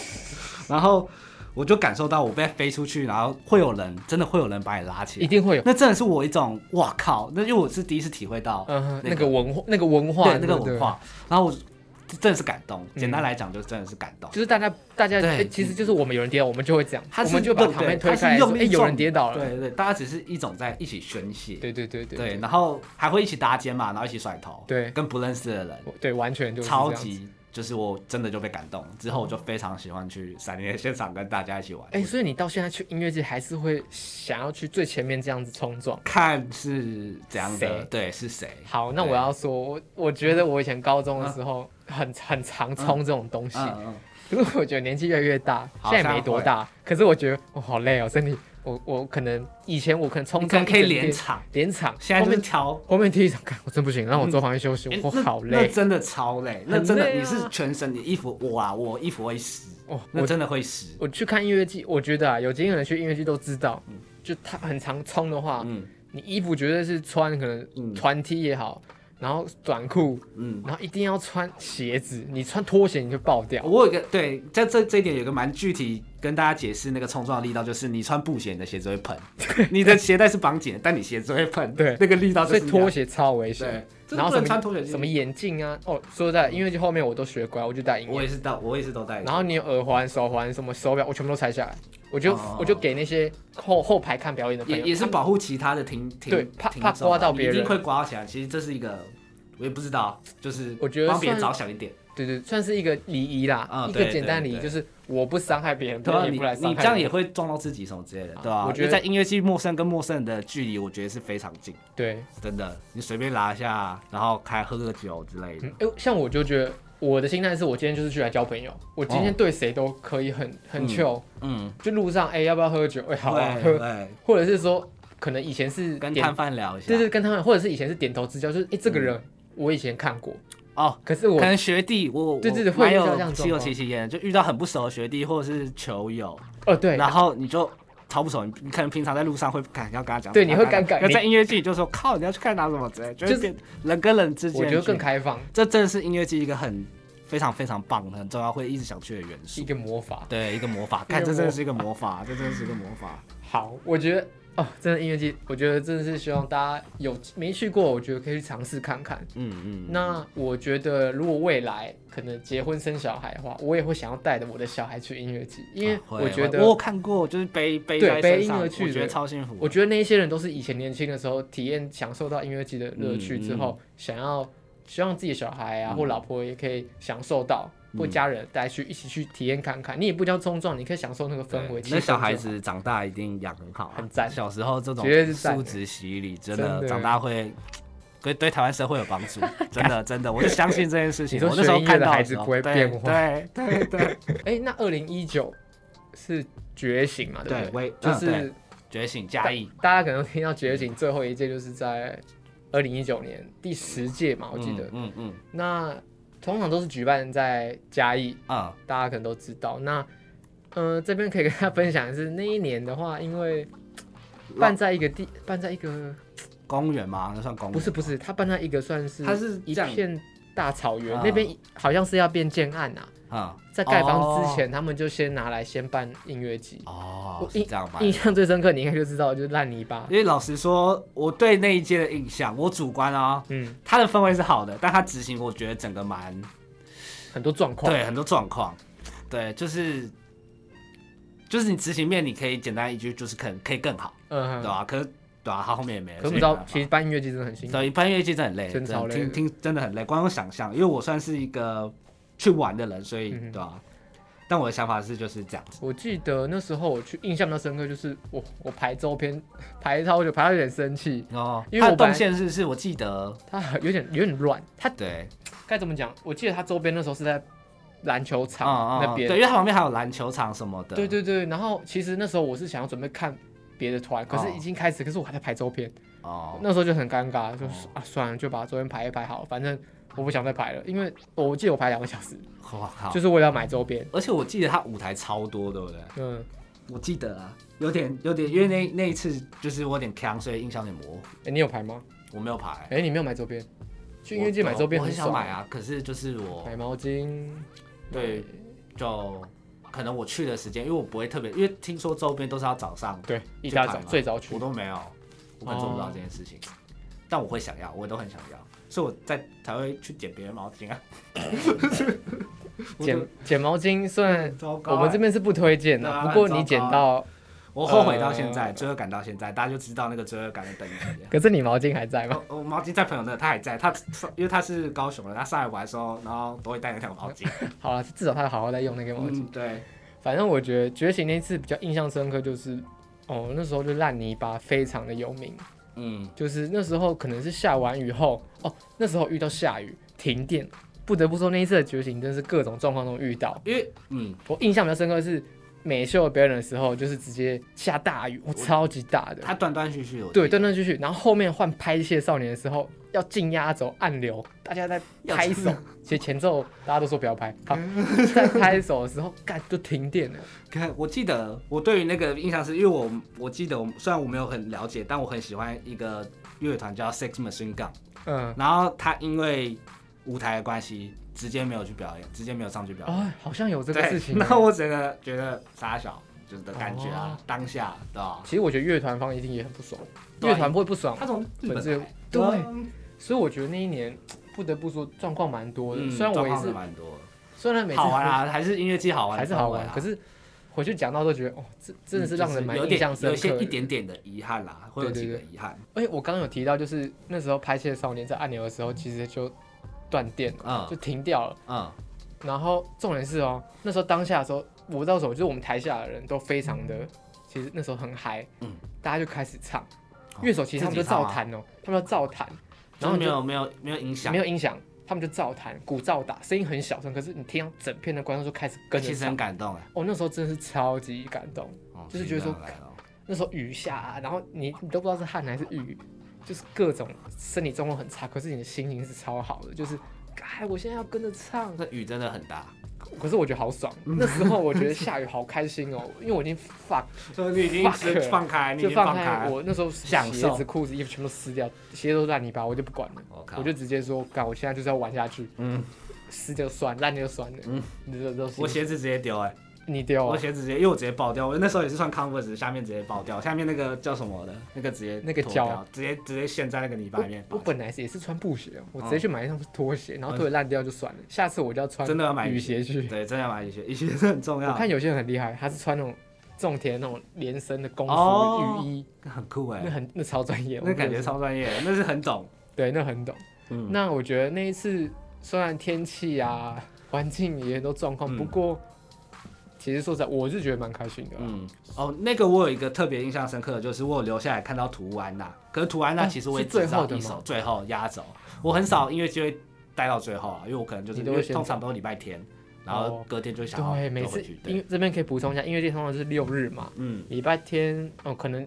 Speaker 2: 然后我就感受到我被飞出去，然后会有人真的会有人把你拉起
Speaker 1: 一
Speaker 2: 来，
Speaker 1: 定会有，
Speaker 2: 那真的是我一种哇靠！那因为我是第一次体会到
Speaker 1: 嗯哼，
Speaker 2: 那
Speaker 1: 那
Speaker 2: 个
Speaker 1: 个文化，那个文化，
Speaker 2: 对那
Speaker 1: 对
Speaker 2: 个
Speaker 1: 不对
Speaker 2: 文，化，然后我真的是感动。
Speaker 1: 嗯
Speaker 2: 简单来讲，就真的是感动。
Speaker 1: 就是大家大家，
Speaker 2: 对
Speaker 1: 哎其实就是我们有人跌倒，我们就会这样，
Speaker 2: 他
Speaker 1: 我
Speaker 2: 是
Speaker 1: 们就把
Speaker 2: 用
Speaker 1: 旁边
Speaker 2: 对
Speaker 1: 推
Speaker 2: 他是
Speaker 1: 开来说，
Speaker 2: 用
Speaker 1: 哎，
Speaker 2: 力
Speaker 1: 有
Speaker 2: 撞
Speaker 1: 人跌倒
Speaker 2: 对
Speaker 1: 了，
Speaker 2: 对对，大家只是一种在一起宣泄，
Speaker 1: 对对对对
Speaker 2: 对，然后还会一起搭肩嘛，然后一起甩头，
Speaker 1: 对
Speaker 2: 跟不认识的人，
Speaker 1: 我对，完全就是
Speaker 2: 超
Speaker 1: 这样子。
Speaker 2: 级，就是我真的就被感动，之后我就非常喜欢去闪电现场跟大家一起玩。
Speaker 1: 哎，所以你到现在去音乐季，还是会想要去最前面这样子冲撞。
Speaker 2: 看是怎样的，
Speaker 1: 谁
Speaker 2: 对，是谁？
Speaker 1: 好，那
Speaker 2: 对
Speaker 1: 我要说，我我觉得我以前高中的时候很很常冲这种东西，
Speaker 2: 嗯嗯，
Speaker 1: [laughs] 可是我觉得年纪越来越大，
Speaker 2: 好
Speaker 1: 现在也没多大，可是我觉得我好累哦，身体，我我可能以前我可能冲
Speaker 2: 你可
Speaker 1: 撞
Speaker 2: 能可以
Speaker 1: 一整天
Speaker 2: 连场，
Speaker 1: 连场，
Speaker 2: 现在
Speaker 1: 后
Speaker 2: 就是
Speaker 1: 面
Speaker 2: 挑。
Speaker 1: 后面第一场，看 [laughs] 我真不行，让我坐旁边休息，
Speaker 2: 哎
Speaker 1: 我
Speaker 2: 那
Speaker 1: 好
Speaker 2: 那
Speaker 1: 累
Speaker 2: 真的超累，那真的
Speaker 1: 很累啊
Speaker 2: 你是全身，你衣服哇，我衣服会湿，
Speaker 1: 哦。
Speaker 2: 那
Speaker 1: 我
Speaker 2: 真的会湿。
Speaker 1: 我去看音乐季，我觉得啊，有经验的人去音乐季都知道，就他很常冲的话，
Speaker 2: 嗯
Speaker 1: 你衣服绝对是穿可
Speaker 2: 嗯
Speaker 1: 能团 T 也好，然后短裤，
Speaker 2: 嗯，
Speaker 1: 然后一定要穿鞋子，你穿拖鞋你就爆掉。
Speaker 2: 我有一个对，在这这一点有个蛮具体跟大家解释那个冲撞的力道，就是你穿布鞋，你的鞋子
Speaker 1: [laughs]
Speaker 2: 会喷，你的鞋带是绑紧的，但你鞋子会喷，
Speaker 1: 对
Speaker 2: 那个力道就
Speaker 1: 所以
Speaker 2: 是
Speaker 1: 拖
Speaker 2: 鞋，
Speaker 1: 鞋超危险
Speaker 2: 对，，真
Speaker 1: 然
Speaker 2: 的
Speaker 1: 后什
Speaker 2: 不能
Speaker 1: 么
Speaker 2: 穿拖鞋进去
Speaker 1: 什么眼镜啊，哦，说实在音乐季后面我都学乖，我就戴音乐，
Speaker 2: 我也是到，我也是都戴。
Speaker 1: 然后你有耳环、手环、什么手表，我全部都拆下来，我就、
Speaker 2: 哦
Speaker 1: 我就给那些后后排看表演的朋
Speaker 2: 也
Speaker 1: 友，
Speaker 2: 也是保护其他的听听，
Speaker 1: 对怕
Speaker 2: 听
Speaker 1: 怕
Speaker 2: 众
Speaker 1: 刮
Speaker 2: 啊
Speaker 1: 到
Speaker 2: 你
Speaker 1: 别
Speaker 2: 一定
Speaker 1: 人
Speaker 2: 会刮到起来。其实这是一个，我也不知道，就是
Speaker 1: 我觉得
Speaker 2: 帮别人
Speaker 1: 算
Speaker 2: 着想一点。
Speaker 1: 对对，算是一个礼仪啦，
Speaker 2: 啊
Speaker 1: 一
Speaker 2: 对
Speaker 1: 个简单礼仪，
Speaker 2: 对对
Speaker 1: 就是我不伤害别人，别
Speaker 2: 对啊，
Speaker 1: 人也
Speaker 2: 你
Speaker 1: 不来伤害
Speaker 2: 你
Speaker 1: 我。
Speaker 2: 这样也会撞到自己什么之类的，
Speaker 1: 啊
Speaker 2: 对吧、
Speaker 1: 我
Speaker 2: 因
Speaker 1: 觉
Speaker 2: 为
Speaker 1: 得
Speaker 2: 在音乐系，陌生跟陌生人的距离，我觉得是非常近，
Speaker 1: 对，
Speaker 2: 真的。你随便拉一下，然后开喝个酒之类的
Speaker 1: 嗯，，哎，像我就觉得我的心态是我今天就是去来交朋友，我今天对谁都可以很很
Speaker 2: 哦嗯
Speaker 1: chill，
Speaker 2: 嗯，
Speaker 1: 就路上哎要不要喝酒，哎好啊
Speaker 2: 对
Speaker 1: 喝，
Speaker 2: 对，
Speaker 1: 或者是说可能以前是
Speaker 2: 跟
Speaker 1: 点
Speaker 2: 摊贩聊一下，
Speaker 1: 对对跟他们，或者是以前是点头之交，就是哎
Speaker 2: 嗯
Speaker 1: 这个人我以前看过，
Speaker 2: 哦。
Speaker 1: 可是我
Speaker 2: 可能学弟，我我
Speaker 1: 对对对会
Speaker 2: 蛮
Speaker 1: 遇到这
Speaker 2: 有
Speaker 1: 样
Speaker 2: 稀有
Speaker 1: 状况
Speaker 2: 奇奇烟，就遇到很不熟的学弟或者是球友，
Speaker 1: 哦对，
Speaker 2: 然后你就超不熟，你你可能平常在路上会敢要跟他讲，
Speaker 1: 对你会尴尬
Speaker 2: 那在
Speaker 1: 你
Speaker 2: 音乐剧就说靠，你要去看他什么之类，就
Speaker 1: 就是是
Speaker 2: 变人跟人之间，
Speaker 1: 我觉得更，开放，
Speaker 2: 这真的是音乐剧一个很非常非常棒、很重要、会一直想去的元
Speaker 1: 一
Speaker 2: 素。
Speaker 1: 个魔法。
Speaker 2: 对，一个魔法，
Speaker 1: 个
Speaker 2: 看这真的
Speaker 1: 魔
Speaker 2: 是一个魔 [laughs] 法，这真的是一个魔法。
Speaker 1: 好，我觉得哦，真的音乐季，我觉得真的是希望大家有没去过，我觉得可以去尝试看看。
Speaker 2: 嗯嗯，
Speaker 1: 那我觉得，如果未来可能结婚生小孩的话，我也会想要带着我的小孩去音乐季，因为
Speaker 2: 啊会
Speaker 1: 我觉
Speaker 2: 我
Speaker 1: 得，
Speaker 2: 有看过，就是背背
Speaker 1: 对
Speaker 2: 在
Speaker 1: 背
Speaker 2: 身
Speaker 1: 婴
Speaker 2: 上，
Speaker 1: 儿
Speaker 2: 我
Speaker 1: 去
Speaker 2: 觉得
Speaker 1: 的
Speaker 2: 超幸福的。
Speaker 1: 我觉得那些人都是以前年轻的时候体验、享受到音乐季的乐趣之后，想要希望自己的小孩啊、
Speaker 2: 嗯
Speaker 1: 或老婆也可以享受到，或家人带去一起去体验看看。你也不一定要冲撞，你可以享受那个氛围。
Speaker 2: 对
Speaker 1: 气
Speaker 2: 那
Speaker 1: 氛
Speaker 2: 小
Speaker 1: 就
Speaker 2: 孩
Speaker 1: 好
Speaker 2: 子长大一定养很好啊、
Speaker 1: 很赞
Speaker 2: 小时候这种
Speaker 1: 绝对是赞
Speaker 2: 素
Speaker 1: 的
Speaker 2: 质洗礼，真
Speaker 1: 真
Speaker 2: 的
Speaker 1: 的
Speaker 2: 长大会对对台湾社会有帮
Speaker 1: [laughs]
Speaker 2: 助，真的真的，我是相信这件事情。
Speaker 1: 你说
Speaker 2: 我那时候
Speaker 1: 学音乐
Speaker 2: 看
Speaker 1: 的
Speaker 2: 到
Speaker 1: 孩
Speaker 2: 时
Speaker 1: 子
Speaker 2: 候
Speaker 1: 不会
Speaker 2: 对
Speaker 1: 变化
Speaker 2: 对对
Speaker 1: [laughs]
Speaker 2: 对，
Speaker 1: 哎、那二零一九是觉醒嘛？对
Speaker 2: 对
Speaker 1: 不
Speaker 2: 为
Speaker 1: 就
Speaker 2: 嗯对
Speaker 1: 是
Speaker 2: 觉
Speaker 1: [laughs]
Speaker 2: 醒嘉义，
Speaker 1: 大家可能听到觉醒最后一届就是在二零一九年第十届嘛，我记得。
Speaker 2: 嗯嗯
Speaker 1: 那通常都是举办在嘉义，
Speaker 2: 嗯
Speaker 1: 大家可能都知道。那呃，这边可以跟大家分享的是，那一年的话，因为
Speaker 2: 老
Speaker 1: 办在一个地，办在一个
Speaker 2: 嗯，公园嘛，那算公园，
Speaker 1: 不是不是，它办在一个算是
Speaker 2: 它是
Speaker 1: 一
Speaker 2: 这样
Speaker 1: 片大草原
Speaker 2: 啊，
Speaker 1: 那边好像是要变建案啊，
Speaker 2: 嗯
Speaker 1: 在盖房之前，他们就先拿来先办音乐季。
Speaker 2: 哦
Speaker 1: 我，
Speaker 2: 是这样吧？
Speaker 1: 印象最深刻，你应该就知道，就是烂泥巴。
Speaker 2: 因为老实说，我对那一届的印象，我主观啊、
Speaker 1: 嗯，
Speaker 2: 它的氛围是好的，但它执行我觉得整个蛮
Speaker 1: 很多状况。
Speaker 2: 对，很多状况，对，就是就是你执行面，你可以简单一句，就是可能可以更好，
Speaker 1: 嗯
Speaker 2: 对吧、可是对啊，他后面也没了。
Speaker 1: 可是不
Speaker 2: 所
Speaker 1: 知
Speaker 2: 以
Speaker 1: 道
Speaker 2: 没办，法
Speaker 1: 其实办音乐季真的很辛苦。
Speaker 2: 对，搬乐器真的很累，
Speaker 1: 真的超累
Speaker 2: 听听真的很累，光用想象，因为我算是一个去玩的人，所以、
Speaker 1: 嗯哼
Speaker 2: 对啊？但我的想法是就是这样子，
Speaker 1: 我记得那时候我去印象比较深刻，就是我我排周边排超久，排到有点生气，
Speaker 2: 哦，
Speaker 1: 因为
Speaker 2: 它的
Speaker 1: 我本
Speaker 2: 动
Speaker 1: 来
Speaker 2: 线是是我记得，
Speaker 1: 它有点有点乱。它
Speaker 2: 对，
Speaker 1: 该怎么讲？我记得它周边那时候是在篮球
Speaker 2: 嗯嗯
Speaker 1: 场
Speaker 2: 嗯
Speaker 1: 那边
Speaker 2: 对，因。为它旁边还有篮球场什么的，
Speaker 1: 对对对，然后其实那时候我是想要准备看别的团，可是
Speaker 2: 哦
Speaker 1: 已经开始，可是我还在排周边，
Speaker 2: 哦，
Speaker 1: 那时候就很尴尬，就是啊算了，就把周边排一排好了，反正我不想再排了，因为我记得我排两个小时，
Speaker 2: 我靠
Speaker 1: 就，是为了要买周边。
Speaker 2: 而且我记得它舞台超多，对不对？
Speaker 1: 嗯，
Speaker 2: 我记得啊，有点有点，因为那那一次就是我有点坑，所以印象有点模糊。
Speaker 1: 哎，你有排吗？
Speaker 2: 我没有排，
Speaker 1: 哎，你没有买周边？去音乐季买周边
Speaker 2: 我很
Speaker 1: 爽
Speaker 2: 想买，啊，可是就是我
Speaker 1: 买毛巾。
Speaker 2: 对就可能我去的时间，因为我不会特别，因为听说周边都是要早上，
Speaker 1: 对，一
Speaker 2: 去
Speaker 1: 大
Speaker 2: 排
Speaker 1: 早
Speaker 2: 嘛
Speaker 1: 最早去
Speaker 2: 我。都没有，啊我可能做不到
Speaker 1: 哦
Speaker 2: 这件事情，但我会想要，我都很想要，所以我在才会去捡别人毛
Speaker 1: [laughs]
Speaker 2: 巾啊。我
Speaker 1: 捡捡毛巾算
Speaker 2: 都糟糕、
Speaker 1: 我们这
Speaker 2: 边
Speaker 1: 边是不推荐的
Speaker 2: 对啊，
Speaker 1: 不过
Speaker 2: 很糟
Speaker 1: 你捡
Speaker 2: 糕
Speaker 1: 到，
Speaker 2: 我后悔到现在，
Speaker 1: 呃
Speaker 2: 罪恶感到现在，大家就知道那个罪恶感的等级了。
Speaker 1: 可是你毛巾还在吗？
Speaker 2: 我我哦毛巾在朋友那，他还在，他因为他是高雄人，他上来玩的时候，然后都会带那条毛巾。
Speaker 1: 好了，至少他好好在用那个毛巾。
Speaker 2: 嗯，对，
Speaker 1: 反正我觉得觉醒那次比较印象深刻，就是哦那时候就烂泥巴非常的有名，
Speaker 2: 嗯，
Speaker 1: 就是那时候可能是下完雨后，哦那时候遇到下雨停电，不得不说那一次的觉醒真是各种状况都遇到。
Speaker 2: 因为嗯，
Speaker 1: 我印象比较深刻的是美秀表演的时候，就是直接下大雨，我超级大的。
Speaker 2: 他断断续续有
Speaker 1: 对，断断续续，然后后面换拍谢少年的时候，要进压轴按钮，大家在拍手。其实前奏大家都说不要拍，好，在拍手的时候，干就停电了。
Speaker 2: 看，我记得我对于那个印象是，因为我我记得我虽然我没有很了解，但我很喜欢一个乐团叫 Six Machine Gun，
Speaker 1: 嗯，
Speaker 2: 然后他因为舞台的关系，直接没有去表演，直接没有上去表演。
Speaker 1: 哦，好像有这
Speaker 2: 对，
Speaker 1: 个事情。
Speaker 2: [laughs] 那我整个觉得傻小就是的感觉啊，
Speaker 1: 哦
Speaker 2: 当下对吧？
Speaker 1: 其实我觉得乐团方一定也很不爽，
Speaker 2: 对啊
Speaker 1: 乐团会不爽
Speaker 2: 他，从日本
Speaker 1: 本身
Speaker 2: 来
Speaker 1: 对
Speaker 2: 啊
Speaker 1: 所以我觉得那一年不得不说状况蛮多的。
Speaker 2: 嗯
Speaker 1: 虽然我
Speaker 2: 状
Speaker 1: 也
Speaker 2: 况
Speaker 1: 是，
Speaker 2: 蛮多的。
Speaker 1: 虽然每次
Speaker 2: 好玩啊，还是音乐季好玩的氛
Speaker 1: 还是
Speaker 2: 围啊，嗯
Speaker 1: 好玩，可是回去讲到都觉得，哦，这真的是让人蛮
Speaker 3: 有
Speaker 1: 印象
Speaker 3: 点
Speaker 1: 深
Speaker 3: 有一
Speaker 1: 刻
Speaker 3: 些
Speaker 1: 的。
Speaker 3: 一点点的遗憾啦，会有
Speaker 1: 对
Speaker 3: 几
Speaker 1: 对
Speaker 3: 个
Speaker 1: 对
Speaker 3: 遗憾。
Speaker 1: 而且哎我刚刚有提到，就是那时候拍《谢少年》在按钮的时候，其实就断电了，
Speaker 3: 嗯
Speaker 1: 就停掉了。
Speaker 3: 嗯，
Speaker 1: 然后重点是哦，那时候当下的时候，我到手就是我们台下的人都非常的，其实那时候很嗨，
Speaker 3: 嗯
Speaker 1: 大家就开始唱，乐手其实他们就
Speaker 3: 自己唱
Speaker 1: 照
Speaker 3: 啊
Speaker 1: 弹哦，他们就照弹，
Speaker 3: 然
Speaker 1: 然
Speaker 3: 后
Speaker 1: 后
Speaker 3: 没
Speaker 1: 就
Speaker 3: 有没有没有影响
Speaker 1: 没，有音响，他们就照弹，鼓照打，声音很小声，可是你听到整片的观众就开始跟着
Speaker 3: 其实很
Speaker 1: 唱。
Speaker 3: 感动哎，
Speaker 1: 哦，那时候真的是超级感动。
Speaker 3: 哦
Speaker 1: 就是觉得说
Speaker 3: 其实很感动
Speaker 1: 那时候雨下、啊，然后你你都不知道是汗还是雨，就是各种身体状况很差，可是你的心情是超好的，就是，哎，我现在要跟着唱，
Speaker 3: 那雨真的很大，
Speaker 1: 可是我觉得好爽。
Speaker 2: 嗯
Speaker 1: 那时候我觉得下雨好开心哦，因为我已经 fuck
Speaker 2: 所以你已经是
Speaker 1: Fuck
Speaker 2: 放开，你已
Speaker 1: 就
Speaker 2: 经
Speaker 1: 放
Speaker 2: 开
Speaker 1: 开，
Speaker 2: 了，
Speaker 1: 我那时候
Speaker 3: 享
Speaker 1: 鞋
Speaker 3: 受
Speaker 1: 子、裤子、衣服全部撕掉，鞋都烂泥巴，我就不管了，
Speaker 2: 哦
Speaker 3: 我靠，
Speaker 1: 我就直接说，干，我现在就是要玩下去，
Speaker 3: 嗯，
Speaker 1: 撕就算，烂就算了，
Speaker 3: 嗯
Speaker 1: 嗯，这都是
Speaker 2: 我鞋子直接丢哎、
Speaker 1: 你丢
Speaker 2: 我
Speaker 1: 啊，
Speaker 2: 鞋子直接，因为我直接爆掉，我那时候也是穿 Converse，下面直接爆掉，下面那个叫什么的，那个直接
Speaker 1: 那个
Speaker 2: 脱
Speaker 1: 胶
Speaker 2: 掉，直接直接陷在那个泥巴
Speaker 1: 我
Speaker 2: 里面，
Speaker 1: 我本来是也是穿布鞋，我直接
Speaker 3: 嗯
Speaker 1: 去买一双拖鞋，然后拖鞋烂掉就算了，下次我就要穿
Speaker 2: 哦真的要买
Speaker 1: 雨鞋去。
Speaker 2: 对，真的要买雨鞋，雨鞋是很重
Speaker 1: 我
Speaker 2: 要，
Speaker 1: 看有些人很厉害，他是穿那种种田那种连身的工服、
Speaker 2: 哦
Speaker 1: 雨衣，
Speaker 2: 很酷哎、
Speaker 1: 那很那超专业，
Speaker 2: 那感觉
Speaker 1: 我觉得
Speaker 2: 超专业，那是很懂。
Speaker 1: 对，那很懂。
Speaker 2: 嗯
Speaker 1: 那我觉得那一次虽然天气啊、环境也都状况，
Speaker 2: 嗯
Speaker 1: 不过其实说实在，我是觉得蛮开心的啦。
Speaker 2: 嗯，哦，那个我有一个特别印象深刻的，就是我有留下来看到图安娜，可是图安娜
Speaker 1: 哦
Speaker 2: 其实我也
Speaker 1: 是
Speaker 2: 只
Speaker 1: 最
Speaker 2: 知道
Speaker 1: 后的
Speaker 2: 一
Speaker 1: 吗
Speaker 2: 首，最后压轴，我很少音乐机会待到最后啊，因为我可能就
Speaker 1: 你
Speaker 2: 是因
Speaker 1: 都会
Speaker 2: 为
Speaker 1: 先
Speaker 2: 通常都是礼拜天，然后
Speaker 1: 哦
Speaker 2: 隔天就想要
Speaker 1: 对，每
Speaker 2: 就
Speaker 1: 次
Speaker 2: 回去，
Speaker 1: 音
Speaker 2: 对，
Speaker 1: 这边可以补充一下，音乐节通常是六日嘛，
Speaker 2: 嗯，
Speaker 1: 礼拜天哦，可能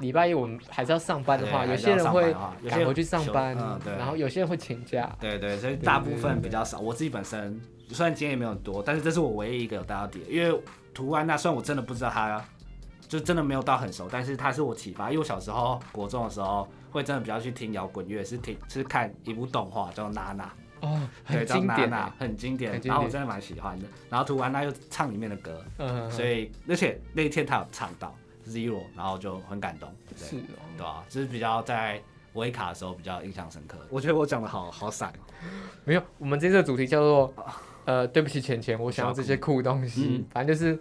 Speaker 1: 礼拜一我们还是要上班的话，
Speaker 2: 对
Speaker 1: 有些人会
Speaker 2: 有些
Speaker 1: 赶
Speaker 2: 人
Speaker 1: 回去上
Speaker 2: 休
Speaker 1: 班
Speaker 2: 嗯，，对，
Speaker 1: 然后有些人会请假。
Speaker 2: 对对，所以
Speaker 1: 对
Speaker 2: 大
Speaker 1: 对
Speaker 2: 部
Speaker 1: 对
Speaker 2: 分
Speaker 1: 对
Speaker 2: 比较少。我自己本身虽然经验也没有很多，但是这是我唯一一个有带到底的，因为图安娜虽然我真的不知道她，就真的没有到很熟，但是她是我启发，因为我小时候国中的时候会真的比较去听摇滚乐，是听是看一部动画叫《娜娜》，
Speaker 1: 哦，
Speaker 2: 对，
Speaker 1: 很
Speaker 2: 叫
Speaker 1: 经
Speaker 2: 娜
Speaker 1: 典
Speaker 2: 娜
Speaker 1: 啊，，
Speaker 2: 欸很经典
Speaker 1: 很，经
Speaker 2: 然后我
Speaker 1: 典
Speaker 2: 真的蛮喜欢的。然后图安娜又唱里面的歌，
Speaker 1: 嗯，
Speaker 2: 所以而且那一天她有唱到 Zero，然后就很感动，对
Speaker 1: 是哦。
Speaker 2: 对啊，就是比较在维卡的时候比较印象深刻。我觉得我讲的好好散哦。
Speaker 1: 没有，我们这次的主题叫做，呃，对不起，钱钱，我想要这些酷东西。
Speaker 2: 啊嗯
Speaker 1: 反正就是，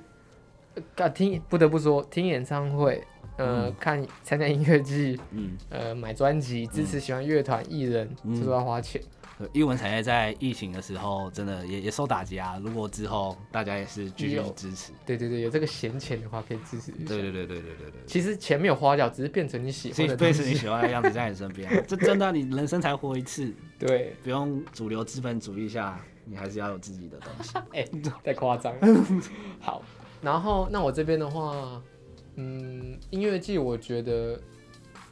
Speaker 1: 呃，听不得不说，听演唱会，呃，看参加音乐季，
Speaker 2: 嗯。
Speaker 1: 呃，买专辑，支持喜欢乐团艺人，
Speaker 2: 嗯
Speaker 1: 这都要花钱。
Speaker 2: 对英文产业在疫情的时候，真的也也受打击啊。如果之后大家也是继续
Speaker 1: 有
Speaker 2: 支持，
Speaker 1: 对对对，有这个闲钱的话可以支持一下
Speaker 2: 对。对对对对对对
Speaker 1: 其实钱没有花掉，只是变成你喜欢
Speaker 2: 所以
Speaker 1: 的
Speaker 2: 贝
Speaker 1: 东
Speaker 2: 是你
Speaker 1: 西。
Speaker 2: 喜欢的样子在你身边啊、这真的啊、你人生才活一次，
Speaker 1: 对，
Speaker 2: 不用主流资本主义下，你还是要有自己的东西。 [laughs]
Speaker 1: 哎、太夸张了。好，然后那我这边的话，嗯，音乐季我觉得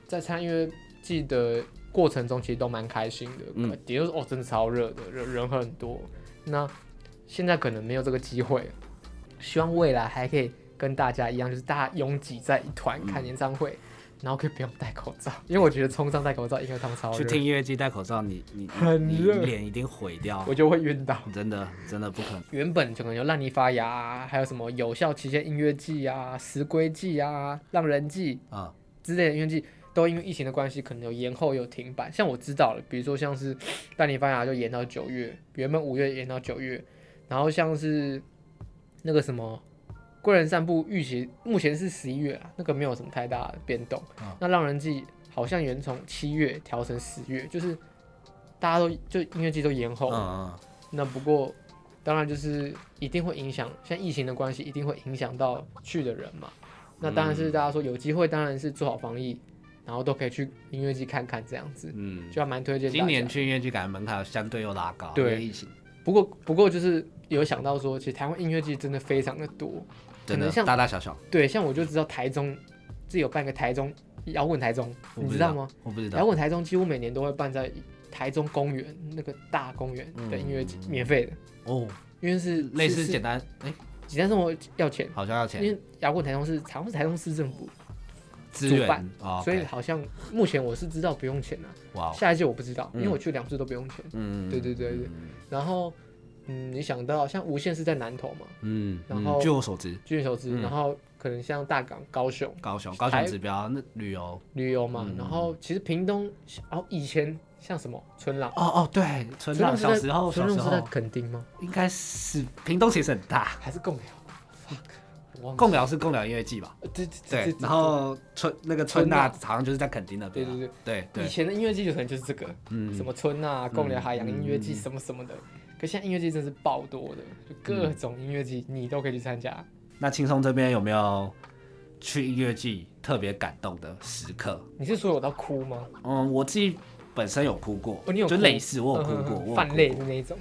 Speaker 1: 在参音乐季的过程中，其实都蛮开心的。
Speaker 2: 嗯
Speaker 1: 嗯，也就是哦，真的超热的，人人很多。那现在可能没有这个机会，希望未来还可以跟大家一样，就是大家拥挤在一
Speaker 2: 嗯
Speaker 1: 团看演唱会。然后可以不用戴口罩，因为我觉得冲上戴口罩应该他们超
Speaker 2: 去
Speaker 1: 热，
Speaker 2: 听音乐季戴口罩，你你
Speaker 1: 很
Speaker 2: 你
Speaker 1: 热
Speaker 2: 你脸一定毁掉
Speaker 1: 我，就会晕倒。
Speaker 2: 真的真的不可能。
Speaker 1: 原本可能有烂泥发芽、啊，还有什么有效期间音乐季啊、石龟季啊、浪人季
Speaker 2: 啊、
Speaker 1: 之类的音乐季，都因为疫情的关系，可能有延后有停摆。像我知道了，比如说像是烂泥发芽就延到九月，原本五月延到九月，然后像是那个什么贵人散步预期目前是十一月啊，那个没有什么太大的变动。
Speaker 2: 嗯
Speaker 1: 那浪人季好像原从七月调成十月，就是大家都就音乐季都延后
Speaker 2: 嗯
Speaker 1: 了。
Speaker 2: 嗯
Speaker 1: 那不过，当然就是一定会影响，像疫情的关系，一定会影响到去的人嘛。那当然
Speaker 2: 嗯
Speaker 1: 是大家说有机会，当然是做好防疫，然后都可以去音乐季看看这样子，
Speaker 2: 嗯，
Speaker 1: 就还蛮推荐大家。
Speaker 2: 今年去音乐季感觉门槛相对又拉高，
Speaker 1: 对
Speaker 2: 因为疫情
Speaker 1: 不过不过就是有想到说，其实台湾音乐季真的非常的多。
Speaker 2: 真
Speaker 1: 可
Speaker 2: 的
Speaker 1: 能像
Speaker 2: 大大小小，
Speaker 1: 对，像我就知道台中自己有办个台中摇滚台中，
Speaker 2: 我
Speaker 1: 你
Speaker 2: 不
Speaker 1: 知道吗？？
Speaker 2: 我不知
Speaker 1: 摇
Speaker 2: 道，
Speaker 1: 滚台中几乎每年都会办在台中公园那个大公园的音乐季，免费的，
Speaker 2: 哦，
Speaker 1: 因为是
Speaker 2: 嗯类似
Speaker 1: 简
Speaker 2: 简单，哎，
Speaker 1: 简单生活要钱。
Speaker 2: 好像要钱
Speaker 1: 因。为摇滚台中市好像是台中市政府，
Speaker 2: 资
Speaker 1: 主
Speaker 2: 源
Speaker 1: 办
Speaker 2: 哦，
Speaker 1: 所以好像目前我是知道不用钱的、啊
Speaker 2: 哇哦，
Speaker 1: 下一届我不知道，因为
Speaker 2: 嗯
Speaker 1: 我去两次都不用钱。
Speaker 2: 嗯
Speaker 1: 对对对对，然后，嗯，你想到像无线是在南投嘛，
Speaker 2: 嗯，
Speaker 1: 然
Speaker 2: 嗯
Speaker 1: 后
Speaker 2: 据我所知，
Speaker 1: 据你所知，
Speaker 2: 嗯
Speaker 1: 然后可能像大港、高雄
Speaker 2: 高雄高雄
Speaker 1: 台
Speaker 2: 指标那旅游，
Speaker 1: 旅游嘛，
Speaker 2: 嗯
Speaker 1: 然后其实屏东，然后以前像什么春朗，
Speaker 2: 哦哦对，村
Speaker 1: 春
Speaker 2: 长
Speaker 1: 浪是
Speaker 2: 小
Speaker 1: 在
Speaker 2: 时候
Speaker 1: 春
Speaker 2: 小
Speaker 1: 浪
Speaker 2: 时
Speaker 1: 是在
Speaker 2: 候
Speaker 1: 垦丁吗？
Speaker 2: 应该是屏东其实很大，
Speaker 1: 还是贡寮？忘记
Speaker 2: 贡寮是贡寮音乐季吧？
Speaker 1: 呃对对
Speaker 2: 对
Speaker 1: 对，，
Speaker 2: 然后春那个春
Speaker 1: 春
Speaker 2: 娜
Speaker 1: 娜
Speaker 2: 好像就是在垦丁那边啊。
Speaker 1: 对对
Speaker 2: 对
Speaker 1: 以
Speaker 2: 对，
Speaker 1: 前的音乐季就可能就是这个，
Speaker 2: 嗯
Speaker 1: 什么春啊、贡寮海洋音乐季
Speaker 2: 嗯嗯嗯嗯
Speaker 1: 什么什么的。可现在音乐季真是爆多的，就各种音乐季你都可以去参加。
Speaker 2: 那轻松这边有没有去音乐季特别感动的时刻？
Speaker 1: 你是说有到哭吗？
Speaker 2: 嗯，我自己本身有哭过，
Speaker 1: 哦你有
Speaker 2: 就
Speaker 1: 哭
Speaker 2: 类似我有哭
Speaker 1: 嗯
Speaker 2: 过，我有哭
Speaker 1: 泛泪
Speaker 2: 过
Speaker 1: 的那一种，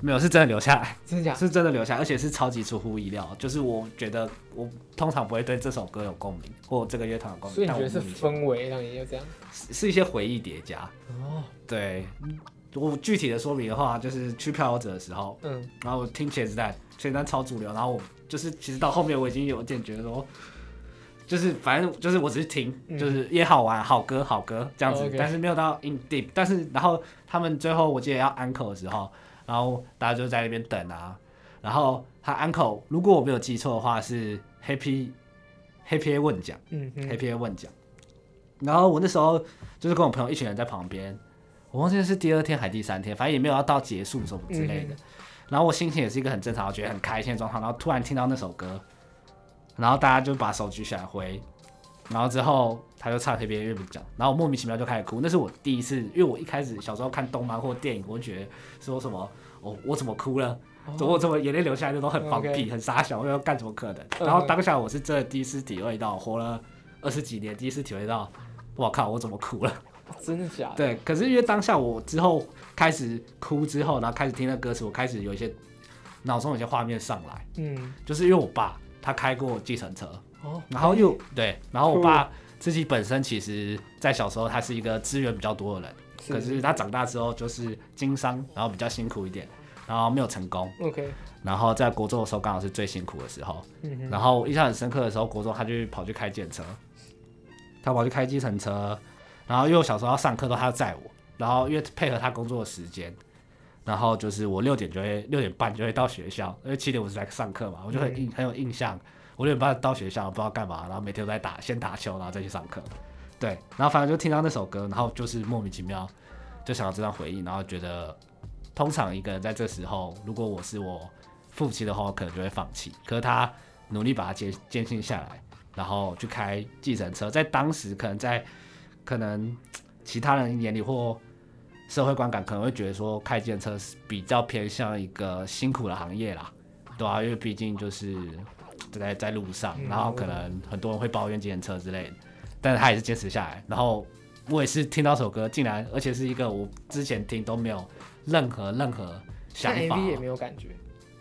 Speaker 2: 没有是真的留下
Speaker 1: [laughs]
Speaker 2: 来，
Speaker 1: 真的假的？
Speaker 2: 是真的留下来，而且是超级出乎意料。就是我觉得我通常不会对这首歌有共鸣，或这个乐团有共鸣，
Speaker 1: 所以你
Speaker 2: 但
Speaker 1: 觉得
Speaker 2: 我
Speaker 1: 是
Speaker 2: 莫名其妙
Speaker 1: 氛围让你有这样？
Speaker 2: 是是一些回忆叠加。
Speaker 1: 哦，
Speaker 2: 对，我具体的说明的话，就是去漂流者的时候，
Speaker 1: 嗯，
Speaker 2: 然后我听茄子蛋，茄子蛋超主流，然后我就是其实到后面我已经有点觉得说，就是反正就是我只是听，
Speaker 1: 嗯
Speaker 2: 就是也好玩，好歌好歌这样子，
Speaker 1: 哦，OK
Speaker 2: 但是没有到 in deep，但是然后他们最后我记得要 uncle 的时候，然后大家就在那边等啊，然后他 uncle 如果我没有记错的话是 happy happy 问奖。
Speaker 1: 嗯嗯
Speaker 2: Happy Hour 问奖。然后我那时候就是跟我朋友一群人在旁边，我忘记是第二天还是第三天，反正也没有要到结束什么之类
Speaker 1: 嗯
Speaker 2: 的。然后我心情也是一个很正常，我觉得很开心的状态。然后突然听到那首歌，然后大家就把手举起来挥，然后之后他就唱 Happy Hour 问奖，然后我莫名其妙就开始哭。那是我第一次，因为我一开始小时候看动漫或电影，我就觉得说什么。我我怎么哭了？
Speaker 1: 哦
Speaker 2: 我怎么眼泪流下来？那都很放屁
Speaker 1: OK
Speaker 2: 很傻小，我要干什么可能？
Speaker 1: 嗯
Speaker 2: 然后当下我是真的第一次体会到，活了二十几年，第一次体会到，我靠，我怎么
Speaker 1: [laughs]
Speaker 2: 哭了？
Speaker 1: 真的假的？
Speaker 2: 对，可是因为当下我之后开始哭之后，然后开始听那歌词，我开始有一些脑中有些画面上来，
Speaker 1: 嗯，
Speaker 2: 就是因为我爸他开过计程车，
Speaker 1: 哦，
Speaker 2: 然后又对，然后我爸自己本身其实在小时候他是一个资源比较多的人，可是他长大之后就是经商，然后比较辛苦一点，然后没有成功。
Speaker 1: OK，
Speaker 2: 然后在国中的时候刚好是最辛苦的时候，
Speaker 1: 嗯哼，
Speaker 2: 然后我印象很深刻的时候，国中他就跑去开检车，他跑去开计程车，然后因为我小时候要上课都他要载我，然后因为配合他工作的时间，然后就是我六点就会 [laughs] 六点半就会到学校，因为七点五十来上课嘛，我就很印很有印象，我六点半到学校不知道干嘛，然后每天都在打先打球，然后再去上课，对，然后反正就听到那首歌，然后就是莫名其妙就想到这段回忆，然后觉得通常一个人在这时候，如果我是我父亲的话，我可能就会放弃。可是他努力把它坚坚信下来，然后去开计程车，在当时可能在可能其他人眼里或社会观感可能会觉得说开计程车是比较偏向一个辛苦的行业啦，对啊，因为毕竟就是在在路上，
Speaker 1: 嗯
Speaker 2: 然后可能很多人会抱怨计程车之类的，但是他也是坚持下来，然后。我也是听到这首歌，竟然而且是一个我之前听都没有任何任何想
Speaker 1: 看
Speaker 2: 法，
Speaker 1: MV 也没有感觉，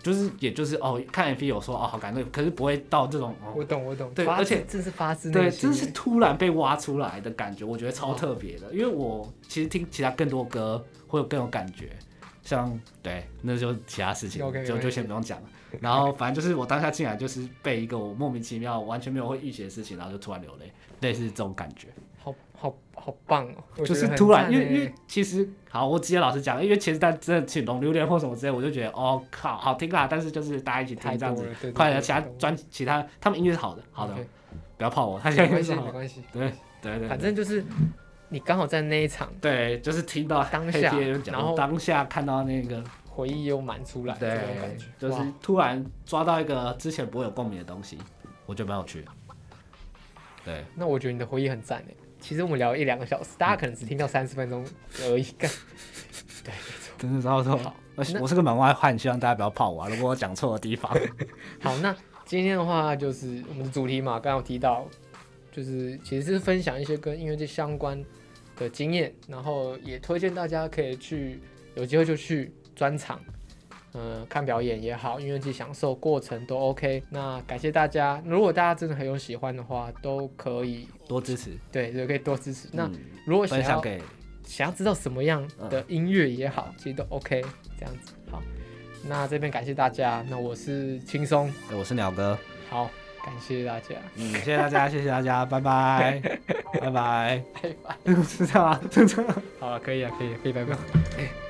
Speaker 2: 就是也就是哦，看 MV 有说哦好感动，可是不会到这种哦，
Speaker 1: 我懂我懂，
Speaker 2: 对
Speaker 1: 发
Speaker 2: 而
Speaker 1: 自
Speaker 2: 且
Speaker 1: 真是发自
Speaker 2: 对，
Speaker 1: 内心
Speaker 2: 真
Speaker 1: 耶，
Speaker 2: 是哦突然被挖出来的感觉，我觉得超特别的。因为哦我其实听其他更多歌会有更有感觉，像对，那就其他事情
Speaker 1: OK，
Speaker 2: 就
Speaker 1: 没
Speaker 2: 就
Speaker 1: 问
Speaker 2: 先
Speaker 1: 题
Speaker 2: 不用讲了。然后反正就是我当下进来就是被一个我莫名其妙完全没有会预期的事情，然后就突然流泪，类似这种感觉。
Speaker 1: 好好好棒哦，我
Speaker 2: 就
Speaker 1: 觉
Speaker 2: 是
Speaker 1: 得很
Speaker 2: 突然，
Speaker 1: 赞欸
Speaker 2: 因为因
Speaker 1: 耶
Speaker 2: 为其实好，我直接老实讲，因为其实但真的请龙榴莲或什么之类，我就觉得哦靠，好听啦，但是就是大家一起听
Speaker 1: 太
Speaker 2: 这
Speaker 1: 多
Speaker 2: 样
Speaker 1: 了，
Speaker 2: 子，
Speaker 1: 对对
Speaker 2: 快
Speaker 1: 对
Speaker 2: 点，其他
Speaker 1: 懂
Speaker 2: 专其他他们音乐是好的，好的
Speaker 1: OK，
Speaker 2: 不要泡
Speaker 1: [laughs]
Speaker 2: 我，他现
Speaker 1: 欸没关系
Speaker 2: 在是好
Speaker 1: 没
Speaker 2: 的，
Speaker 1: 关系，
Speaker 2: 对对对，
Speaker 1: 反正就是你刚好在那一场，
Speaker 2: 对，就是听到
Speaker 1: 当
Speaker 2: 黑
Speaker 1: 下
Speaker 2: 皮人讲
Speaker 1: 然后
Speaker 2: 当下看到那个，
Speaker 1: 回忆又满出来，这种
Speaker 2: 对
Speaker 1: 感觉，，
Speaker 2: 就是
Speaker 1: 哇
Speaker 2: 突然抓到一个之前不会有共鸣的东西，我觉得蛮有趣的。
Speaker 1: [laughs]
Speaker 2: 对，
Speaker 1: 那我觉得你的回忆很赞诶。其实我们聊了一两个小时，
Speaker 2: 嗯
Speaker 1: 大家可能只听到三十分钟而已。 [laughs] 干
Speaker 2: 真的超说好，我我是个门外汉，希望大家不要泡我、啊，如果我讲错的地方。
Speaker 1: 好，那今天的话就是我们的主题嘛，刚刚有提到，就是其实是分享一些跟音乐界相关的经验，然后也推荐大家可以去有机会就去专场，呃，看表演也好，音乐季享受过程都 OK。那感谢大家，如果大家真的很有喜欢的话，都可以
Speaker 2: 多支持，
Speaker 1: 对对，可以多支持。那
Speaker 2: 嗯
Speaker 1: 如果想
Speaker 2: 分
Speaker 1: 要
Speaker 2: 享给
Speaker 1: 想要知道什么样的音乐也好，其实都 OK 这样子。好，那这边感谢大家，那我是轻松，
Speaker 2: 哎我是鸟哥，
Speaker 1: 好，感谢大家，
Speaker 2: 嗯，谢谢大家，谢谢大家，拜拜，拜拜， [laughs]
Speaker 1: 拜拜。
Speaker 2: 是这样吗？是这样吗。
Speaker 1: 啊好了，可以了，可以了，可以拜拜。
Speaker 2: 拜